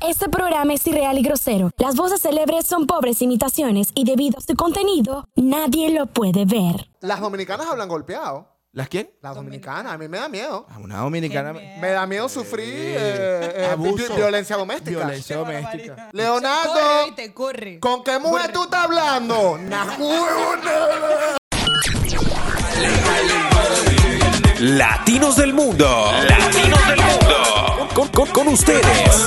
Este programa es irreal y grosero. Las voces célebres son pobres imitaciones y debido a su contenido, nadie lo puede ver. Las dominicanas hablan golpeado. ¿Las quién? Las dominicanas, a mí me da miedo. Ah, Una dominicana. Me da miedo sufrir eh, eh, Abuso. vi- violencia doméstica. Violencia doméstica. Leonardo, Corre, viste, corre. ¿con qué mujer tú estás hablando? ¡Na huevona! Latinos del mundo. Latinos del mundo. Con, con- con ustedes.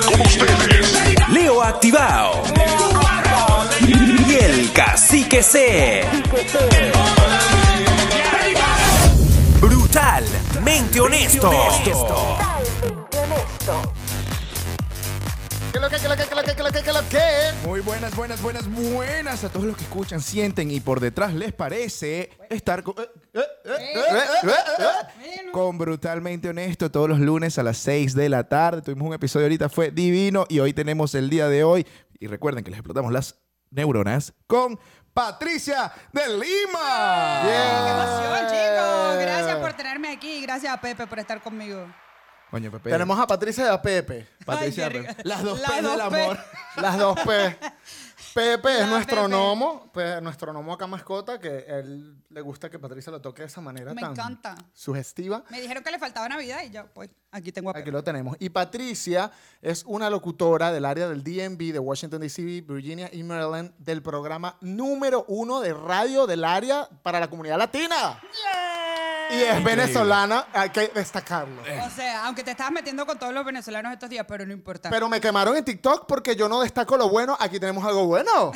Leo Activado. Y el cacique C. Brutalmente honesto. ¿Qué lo que, qué lo que, qué lo que, qué lo que, qué lo que? Muy buenas, buenas, buenas, buenas a todos los que escuchan, sienten y por detrás les parece estar con, eh, eh, eh, eh, eh, eh, con Brutalmente Honesto todos los lunes a las 6 de la tarde. Tuvimos un episodio ahorita, fue divino y hoy tenemos el día de hoy. Y recuerden que les explotamos las neuronas con Patricia de Ah. Lima. Pasión, chicos. Gracias por tenerme aquí. Gracias a Pepe por estar conmigo. Coño, Pepe. Tenemos a Patricia y a Pepe. Patricia, Ay, qué rico. Pepe. las dos Las P's dos del P. amor. Las dos P. Pepe es La nuestro Pepe. gnomo, pues, nuestro gnomo acá mascota, que él le gusta que Patricia lo toque de esa manera Me tan encanta. sugestiva. Me dijeron que le faltaba Navidad y yo, pues, aquí tengo a Aquí Pepe. lo tenemos. Y Patricia es una locutora del área del DMV de Washington, D.C., Virginia y Maryland del programa número uno de radio del área para la comunidad latina. Y es venezolana, hay que destacarlo. O sea, aunque te estabas metiendo con todos los venezolanos estos días, pero no importa. Pero me quemaron en TikTok porque yo no destaco lo bueno. Aquí tenemos algo bueno.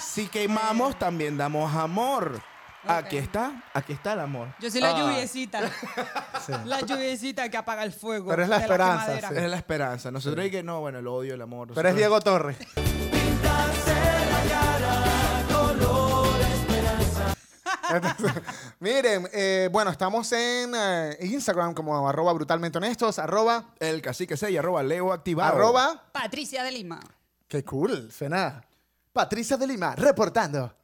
Si quemamos, también damos amor. Ok. Aquí está, aquí está el amor. yo soy la lluviecita. La lluviecita que apaga el fuego. Pero es la de esperanza, quemadera. sí. Es la esperanza. Nosotros hay que no, bueno, el odio, el amor. Pero Nosotros- es Diego Torres. Entonces, Miren, eh, bueno, estamos en eh, Instagram como arroba brutalmente honestos, arroba, El cacique 6, arroba Leo activado. arroba Patricia de Lima. Qué cool, suena. Patricia de Lima, reportando.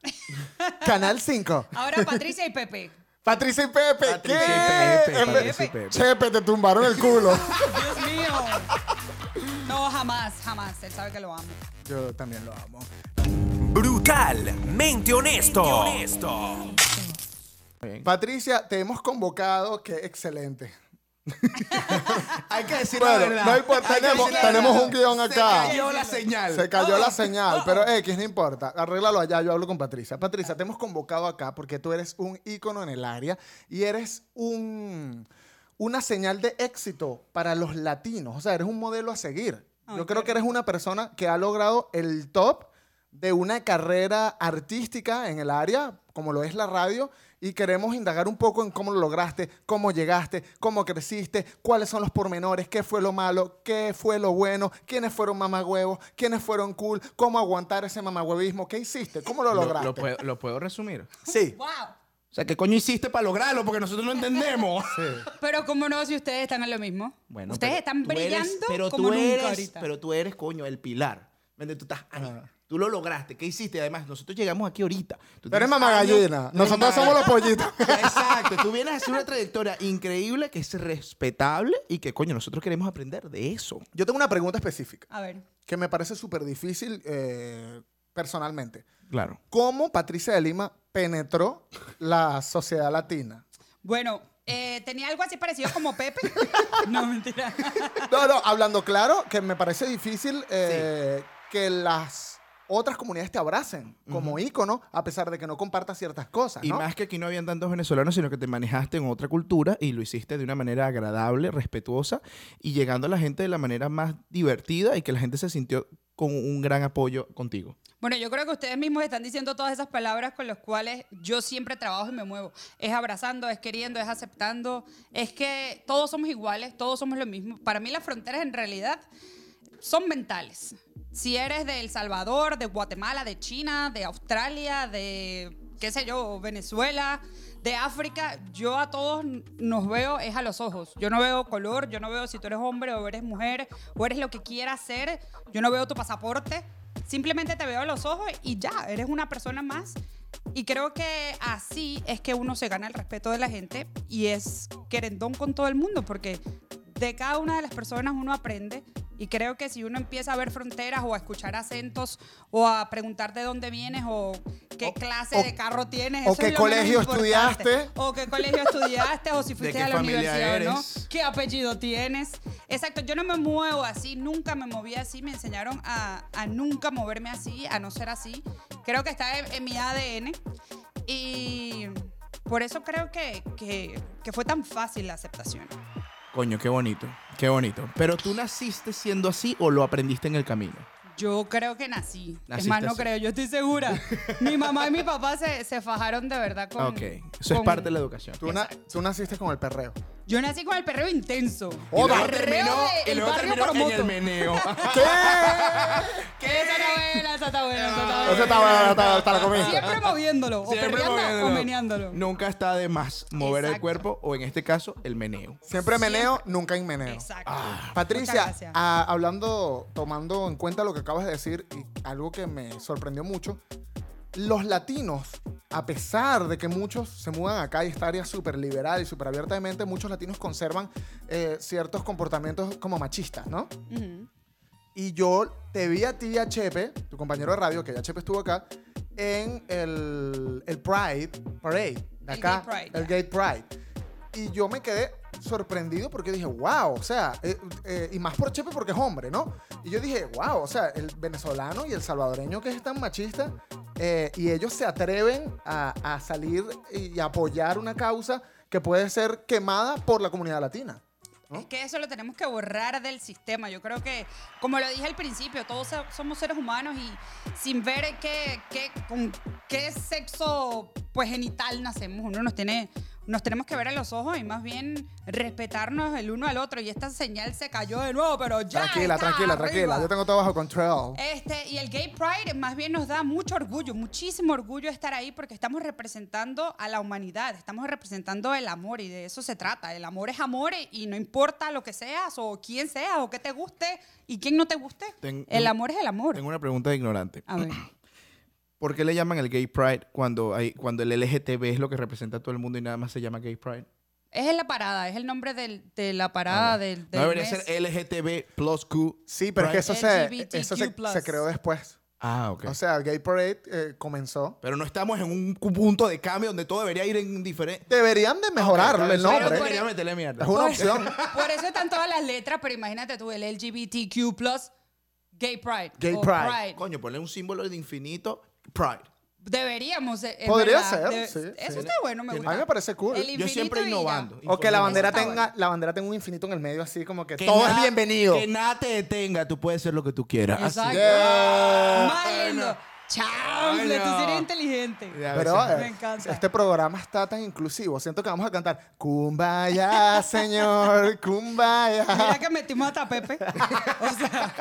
Canal 5. Ahora Patricia y Pepe. Patricia y Pepe, Patricia ¿qué? y Pepe, En vez- Patricia y Pepe. Chepe, te tumbaron el culo. Dios mío. No, jamás, jamás. Él sabe que lo amo. Yo también lo amo. Brutalmente honesto. Patricia, te hemos convocado, qué excelente. Hay que decir la Bueno, verdad. no importa, Hay que tenemos, decir la tenemos verdad. un guión acá. Se cayó la señal. Se cayó la señal, pero X, no importa. Arréglalo allá, yo hablo con Patricia. Patricia, te hemos convocado acá porque tú eres un ícono en el área y eres un, una señal de éxito para los latinos. O sea, eres un modelo a seguir. Yo creo que eres una persona que ha logrado el top de una carrera artística en el área, como lo es la radio, y queremos indagar un poco en cómo lo lograste, cómo llegaste, cómo creciste, cuáles son los pormenores, qué fue lo malo, qué fue lo bueno, quiénes fueron mamagüevos, quiénes fueron cool, cómo aguantar ese mamagüevismo, qué hiciste, cómo lo Lo, lograste. lo puedo, lo puedo resumir. sí. ¡Wow! O sea, ¿qué coño hiciste para lograrlo? Porque nosotros no entendemos. Pero cómo no, si ustedes están en lo mismo. ustedes pero están tú eres- brillando pero como tú nunca eres, ahorita. Pero tú eres, coño, el pilar. ¿Me entiendes? Tú estás ahí. Tú lo lograste. ¿Qué hiciste? Además, nosotros llegamos aquí ahorita. Tú Tú eres tienes mamagallina. años- tú eres Nosotros somos los pollitos. Exacto, tú vienes a hacer una trayectoria increíble que es respetable y que, coño, nosotros queremos aprender de eso. Yo tengo una pregunta específica A ver. que me parece súper difícil eh, personalmente. Claro. ¿Cómo Patricia de Lima penetró la sociedad latina? Bueno, eh, tenía algo así parecido como Pepe. no, mentira. No, no, hablando claro, que me parece difícil eh, que las otras comunidades te abracen como ícono, a pesar de que no compartas ciertas cosas, Y ¿no? más que aquí no habían tantos venezolanos, sino que te manejaste en otra cultura y lo hiciste de una manera agradable, respetuosa y llegando a la gente de la manera más divertida y que la gente se sintió con un gran apoyo contigo. Bueno, yo creo que ustedes mismos están diciendo todas esas palabras con las cuales yo siempre trabajo y me muevo. Es abrazando, es queriendo, es aceptando. Es que todos somos iguales, todos somos lo mismo. Para mí las fronteras en realidad son mentales. Si eres de El Salvador, de Guatemala, de China, de Australia, de qué sé yo, Venezuela, de África, yo a todos n- nos veo es a los ojos. Yo no veo color, yo no veo si tú eres hombre o eres mujer o eres lo que quieras ser, yo no veo tu pasaporte. Simplemente te veo a los ojos y ya, eres una persona más. Y creo que así es que uno se gana el respeto de la gente y es querendón con todo el mundo porque de cada una de las personas uno aprende Y creo que si uno empieza a ver fronteras o a escuchar acentos o a preguntar de dónde vienes o qué clase o- de carro tienes, o eso qué es lo colegio menos importante. estudiaste. O qué colegio estudiaste o si fuiste qué a la familia universidad o no. eres. ¿Qué apellido tienes? Exacto, yo no me muevo así, nunca me moví así, me enseñaron a, a nunca moverme así, a no ser así. Creo que está en, en mi ADN y por eso creo que, que- que fue tan fácil la aceptación. Coño, qué bonito, qué bonito. Pero tú naciste siendo así o lo aprendiste en el camino. Yo creo que nací. es Naciste más, no así. creo, yo estoy segura. mi mamá y mi papá se, se fajaron de verdad con... ok, eso es con- parte de la educación. Tú, na- tú naciste con el perreo. Yo nací con el perreo intenso. Y luego Perreo terminó- de- y el luego barrio terminó en el promoto. meneo. ¿Qué? Esa está buena, esa está buena, esa está buena. Eso está bueno, está, está la comida. Siempre moviéndolo, Siempre o perreando moviéndolo. o meneándolo. Nunca está de más mover el Exacto. cuerpo o en este caso el meneo. Siempre meneo, nunca en meneo. Exacto. Ah. Muchas Patricia, gracias. a- hablando, tomando en cuenta lo que acabas de decir y algo que me sorprendió mucho, los latinos, a pesar de que muchos se mudan acá y esta área es súper liberal y súper abierta de mente, muchos latinos conservan eh, ciertos comportamientos como machistas, ¿no? Ujú. Y yo te vi a ti y a Chepe, tu compañero de radio, que ya Chepe estuvo acá, en el, el Pride Parade de El acá. Gay Pride, el Gay Pride. Y yo me quedé sorprendido porque dije, wow, o sea, eh, eh, y más por Chepe porque es hombre, ¿no? Y yo dije, wow, o sea, el venezolano y el salvadoreño que es tan machista, eh, y ellos se atreven a, a salir y apoyar una causa que puede ser quemada por la comunidad latina. ¿no? Es que eso lo tenemos que borrar del sistema. Yo creo que, como lo dije al principio, todos so- somos seres humanos y sin ver qué, qué- con qué sexo pues, genital nacemos, uno nos tiene... Nos tenemos que ver a los ojos y más bien respetarnos el uno al otro. Y esta señal se cayó de nuevo, pero ya. Tranquila, está tranquila, arriba. tranquila. Yo tengo todo bajo control. Este, y el Gay Pride más bien nos da mucho orgullo, muchísimo orgullo estar ahí porque estamos representando a la humanidad, estamos representando el amor y de eso se trata. El amor es amor y no importa lo que seas o quién seas o qué te guste y quién no te guste. Ten- el amor es el amor. Tengo una pregunta de ignorante. A ver. ¿Por qué le llaman el Gay Pride cuando, hay, cuando el LGTB es lo que representa a todo el mundo y nada más se llama Gay Pride? Es en la parada, es el nombre del- de la parada del, no del debería ser mes. eh, LGTB plus Q. Sí, pero es que Pride. eso, se, LGBTQ+. eso se, se creó después. Ah, ok. O sea, el Gay Parade eh, comenzó. pero no estamos en un cu- punto de cambio donde todo debería ir en diferente. Deberían de mejorarlo el Pero nombre. por- Debería meterle mierda. Es una Por- opción. Por eso están todas las letras, pero imagínate tú, el LGBTQ Gay Pride. Gay o Pride. Coño, ponle un símbolo de infinito. Pride. Deberíamos. eh, es Podría verdad, ser, de- sí, Eso sí. está bueno, me gusta. A mí me parece cool. El Yo siempre infinito y innovando. ya. O que la bandera Está tenga bueno. la bandera tenga un infinito en el medio, así como que, Que todo es nada- bienvenido. Que nada te detenga. Tú puedes ser lo que tú quieras. Así. Exacto. Yeah. Más lindo. Chao, Bueno. tú sí eres inteligente. Ya, Pero a veces- eh, Me encanta. este programa está tan inclusivo. Siento que vamos a cantar Kumbaya, señor, Mira Kumbaya. que metimos hasta Pepe. O sea,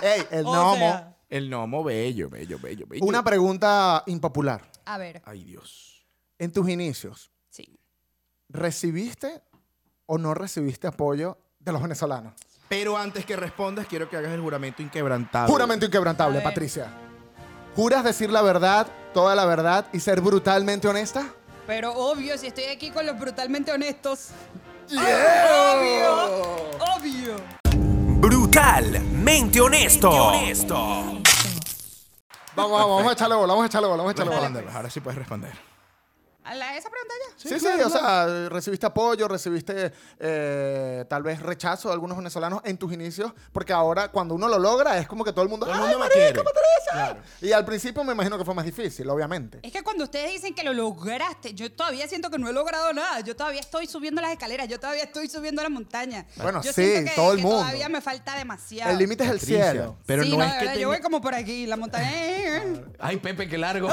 Ey, el o gnomo. sea, El gnomo bello, bello, bello, bello. Una pregunta impopular. a ver, Ay, Dios. En tus inicios, sí. ¿recibiste o no recibiste apoyo de los venezolanos? Pero antes que respondas, quiero que hagas el juramento inquebrantable. Juramento inquebrantable, A ver. Patricia. ¿Juras decir la verdad, toda la verdad y ser brutalmente honesta? Pero obvio, si estoy aquí con los brutalmente honestos. Obvio. Obvio. Brutalmente honesto. Vamos, vamos, vamos a echarle bola, vamos a echarle bola, vamos a echarle bola. Respóndele, pues, Ahora sí puedes responder. ¿A la, esa pregunta ya? Sí, sí, o sea, recibiste apoyo, recibiste eh, tal vez rechazo de algunos venezolanos en tus inicios, porque ahora cuando uno lo logra es como que todo el mundo... Todo el "Ay, mundo me marico, quiere". Patricia". Claro. Y al principio me imagino que fue más difícil, obviamente. Es que cuando ustedes dicen que lo lograste, yo todavía siento que no he logrado nada. Yo todavía estoy subiendo las escaleras, yo todavía estoy subiendo la montaña. Bueno, yo sí, siento todo el que mundo. Todavía me falta demasiado. El límite es el Patricia, cielo. Pero Sí, no, no, es que de verdad, yo tenga- voy como por aquí, la montaña. Ay, Pepe, qué largo.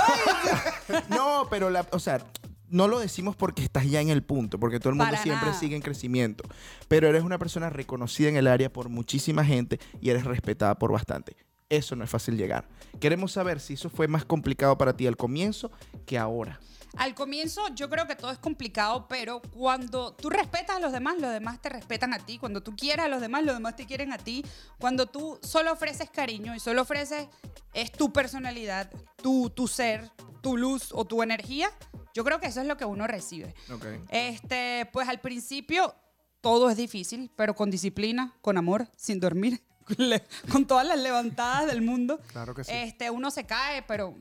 no, pero la, o sea, no lo decimos porque estás ya en el punto, porque todo el mundo Para siempre nada. sigue en crecimiento. Pero eres una persona reconocida en el área por muchísima gente y eres respetada por bastante. Eso no es fácil llegar. Queremos saber si eso fue más complicado para ti al comienzo que ahora. Al comienzo yo creo que todo es complicado, pero cuando tú respetas a los demás, los demás te respetan a ti. Cuando tú quieres a los demás, los demás te quieren a ti. Cuando tú solo ofreces cariño y solo ofreces es tu personalidad, tu, tu ser, tu luz o tu energía, yo creo que eso es lo que uno recibe. Este, pues al principio todo es difícil, pero con disciplina, con amor, sin dormir, le- con todas las levantadas del mundo. Claro que sí. Este, uno se cae, pero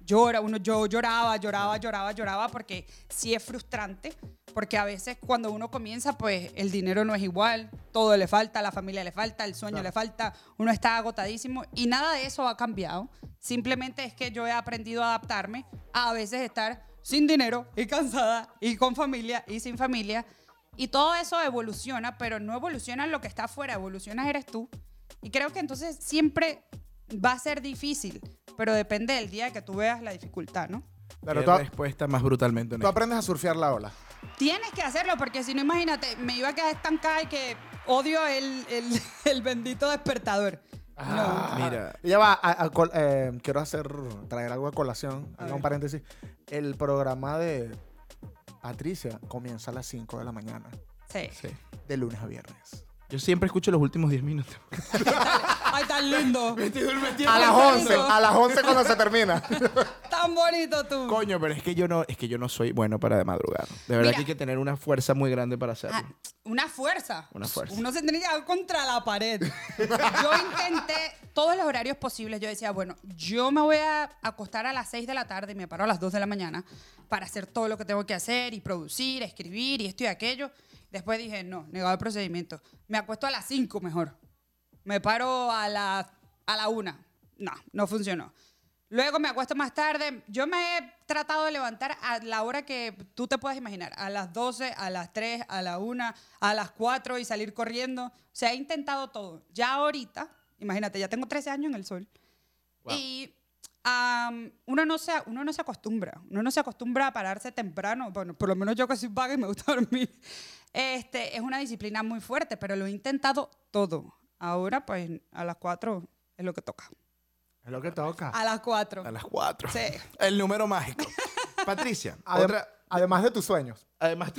llora, uno yo lloraba, lloraba, lloraba, lloraba porque sí es frustrante, porque a veces cuando uno comienza, pues el dinero no es igual, todo le falta, la familia le falta, el sueño le falta, uno está agotadísimo y nada de eso ha cambiado. Simplemente es que yo he aprendido a adaptarme a a veces estar sin dinero y cansada y con familia y sin familia. Y todo eso evoluciona, pero no evoluciona lo que está afuera, evolucionas eres tú. Y creo que entonces siempre va a ser difícil, pero depende del día que tú veas la dificultad, ¿no? Claro, Qué tú, respuesta más brutalmente tú honesta. aprendes a surfear la ola. Tienes que hacerlo, porque si no, imagínate, me iba a quedar estancada y que odio el, el- el bendito despertador. Ah, Mira, Ella va a, a col- eh, quiero hacer traer algo a colación, hago un paréntesis. El programa de Patricia comienza a las 5 de la mañana, Sí. sí. de lunes a viernes. yo siempre escucho los últimos 10 minutos. Ay, tan lindo. A las Ay, 11, rico. a las 11 cuando se termina. Tan bonito tú. Coño, pero es que yo no, es que yo no soy bueno para de madrugar. De verdad Mira. que hay que tener una fuerza muy grande para hacerlo. Ah, una fuerza. Una fuerza. Uno se tiene que dar contra la pared. yo intenté todos los horarios posibles. Yo decía, bueno, yo me voy a acostar a las 6 de la tarde y me paro a las 2 de la mañana para hacer todo lo que tengo que hacer y producir, escribir y esto y aquello. Después dije, no, negado el procedimiento. Me acuesto a las 5 mejor. Me paro a la, a la 1. No, no funcionó. Luego me acuesto más tarde. Yo me he tratado de levantar a la hora que tú te puedas imaginar. A las 12, a las 3, a la 1, a las 4 y salir corriendo. O sea, he intentado todo. Ya ahorita, imagínate, ya tengo 13 años en el sol. Y am, uno, no se, uno no se acostumbra. Uno no se acostumbra a pararse temprano. Bueno, por lo menos yo que soy vaga y me gusta dormir. Este, es una disciplina muy fuerte, pero lo he intentado todo. Ahora, pues, a las 4 es lo que toca. Es lo que toca. A las 4. A las 4. Sí. El número mágico. Patricia, Adem- otra. Además de tus sueños. Además,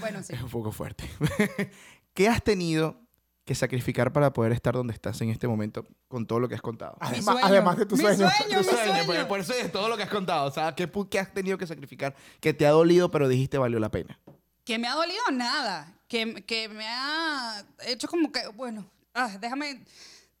Bueno, sí. es un poco fuerte. ¿Qué has tenido que sacrificar para poder estar donde estás en este momento con todo lo que has contado? Mi Además, sueño. además de tus Mi sueños. pues. sueño, Tu mi sueño. porque Por eso es todo lo que has contado. O sea, ¿qué, pu- qué has tenido que sacrificar? Que te ha dolido, pero dijiste valió la pena. Que me ha dolido nada. Que, que me ha hecho como que, bueno, ah, déjame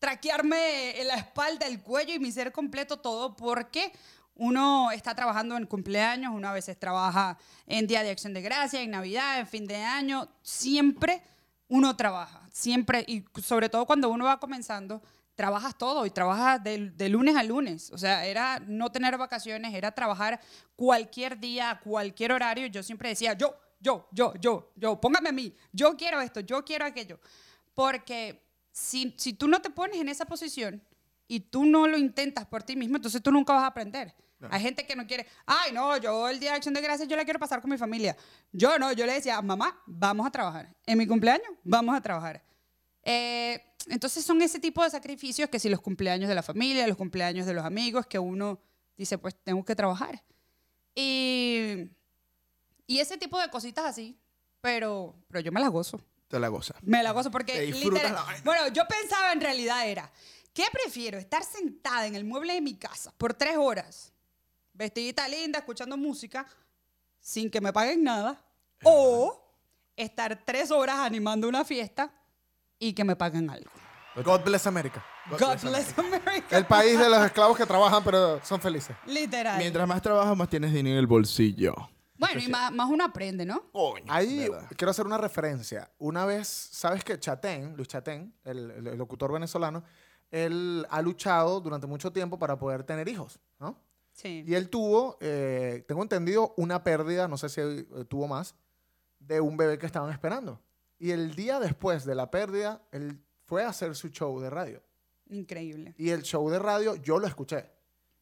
traquearme en la espalda, el cuello y mi ser completo todo porque uno está trabajando en cumpleaños, uno a veces trabaja en Día de Acción de Gracia, en Navidad, en fin de año. Siempre uno trabaja, siempre, y sobre todo cuando uno va comenzando, trabajas todo y trabajas de, de lunes a lunes. O sea, era no tener vacaciones, era trabajar cualquier día, a cualquier horario. Yo siempre decía, yo, yo, yo, yo, yo, póngame a mí, yo quiero esto, yo quiero aquello. Porque si, si tú no te pones en esa posición y tú no lo intentas por ti mismo, entonces tú nunca vas a aprender. Hay gente que no quiere, ay, no, yo el día de acción de gracias, yo la quiero pasar con mi familia. Yo no, yo le decía, mamá, vamos a trabajar. En mi cumpleaños, vamos a trabajar. Eh, entonces son ese tipo de sacrificios que si los cumpleaños de la familia, los cumpleaños de los amigos, que uno dice, pues tengo que trabajar. Y, y ese tipo de cositas así, pero, pero yo me las gozo. Te la goza. Me la gozo Te porque disfrutas literal- la vaina. Bueno, yo pensaba en realidad era, ¿qué prefiero? Estar sentada en el mueble de mi casa por tres horas, vestidita linda, escuchando música, sin que me paguen nada, o estar tres horas animando una fiesta y que me paguen algo. God bless America. God bless America. El país de los esclavos que trabajan pero son felices. Literal. Mientras más trabajas, más tienes dinero en el bolsillo. bueno, y más, más uno aprende, ¿no? Coño. Ahí quiero hacer una referencia. Una vez, ¿sabes que Chatén, Luis Chatén, el, el- el locutor venezolano, él ha luchado durante mucho tiempo para poder tener hijos, ¿no? Sí. Y él tuvo, eh, tengo entendido, una pérdida, no sé si eh, tuvo más, de un bebé que estaban esperando. Y el día después de la pérdida, él fue a hacer su show de radio. Increíble. Y el show de radio yo lo escuché.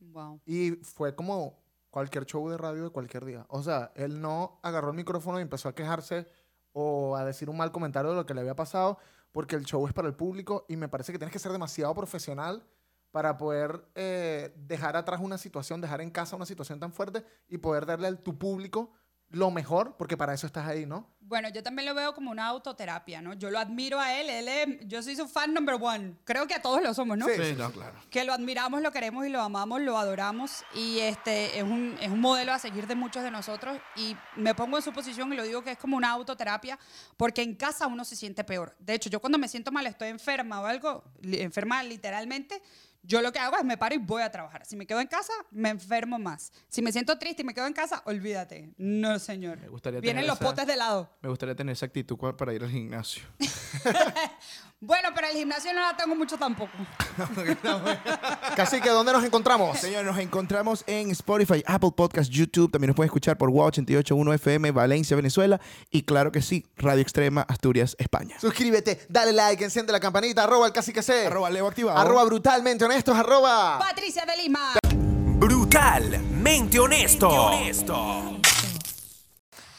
Wow. Y fue como cualquier show de radio de cualquier día. O sea, él no agarró el micrófono y empezó a quejarse o a decir un mal comentario de lo que le había pasado, porque el show es para el público y me parece que tienes que ser demasiado profesional para poder eh, dejar atrás una situación, dejar en casa una situación tan fuerte y poder darle a tu público lo mejor, porque para eso estás ahí, ¿no? Bueno, yo también lo veo como una autoterapia, ¿no? Yo lo admiro a él, él es- yo soy su fan number one. Creo que a todos lo somos, ¿no? Sí, no, claro. Que lo admiramos, lo queremos y lo amamos, lo adoramos. Y este es un, es un modelo a seguir de muchos de nosotros. Y me pongo en su posición y lo digo que es como una autoterapia, porque en casa uno se siente peor. De hecho, yo cuando me siento mal, estoy enferma o algo, li- enferma literalmente, yo lo que hago es me paro y voy a trabajar. Si me quedo en casa, me enfermo más. Si me siento triste y me quedo en casa, olvídate. No, señor. Me gustaría Vienen tener los esa- potes de helado. Me gustaría tener esa actitud cua- para ir al gimnasio. Bueno, pero el gimnasio no la tengo mucho tampoco. Casi que, ¿dónde nos encontramos? Señor, nos encontramos en Spotify, Apple Podcast, YouTube. También nos puedes escuchar por Wow 881 FM, Valencia, Venezuela. Y claro que sí, Radio Extrema, Asturias, España. Suscríbete, dale like, enciende la campanita, arroba el casi que sé. Arroba Leo Activado. Arroba brutalmente honestos, arroba. Patricia de Lima. Brutalmente honesto.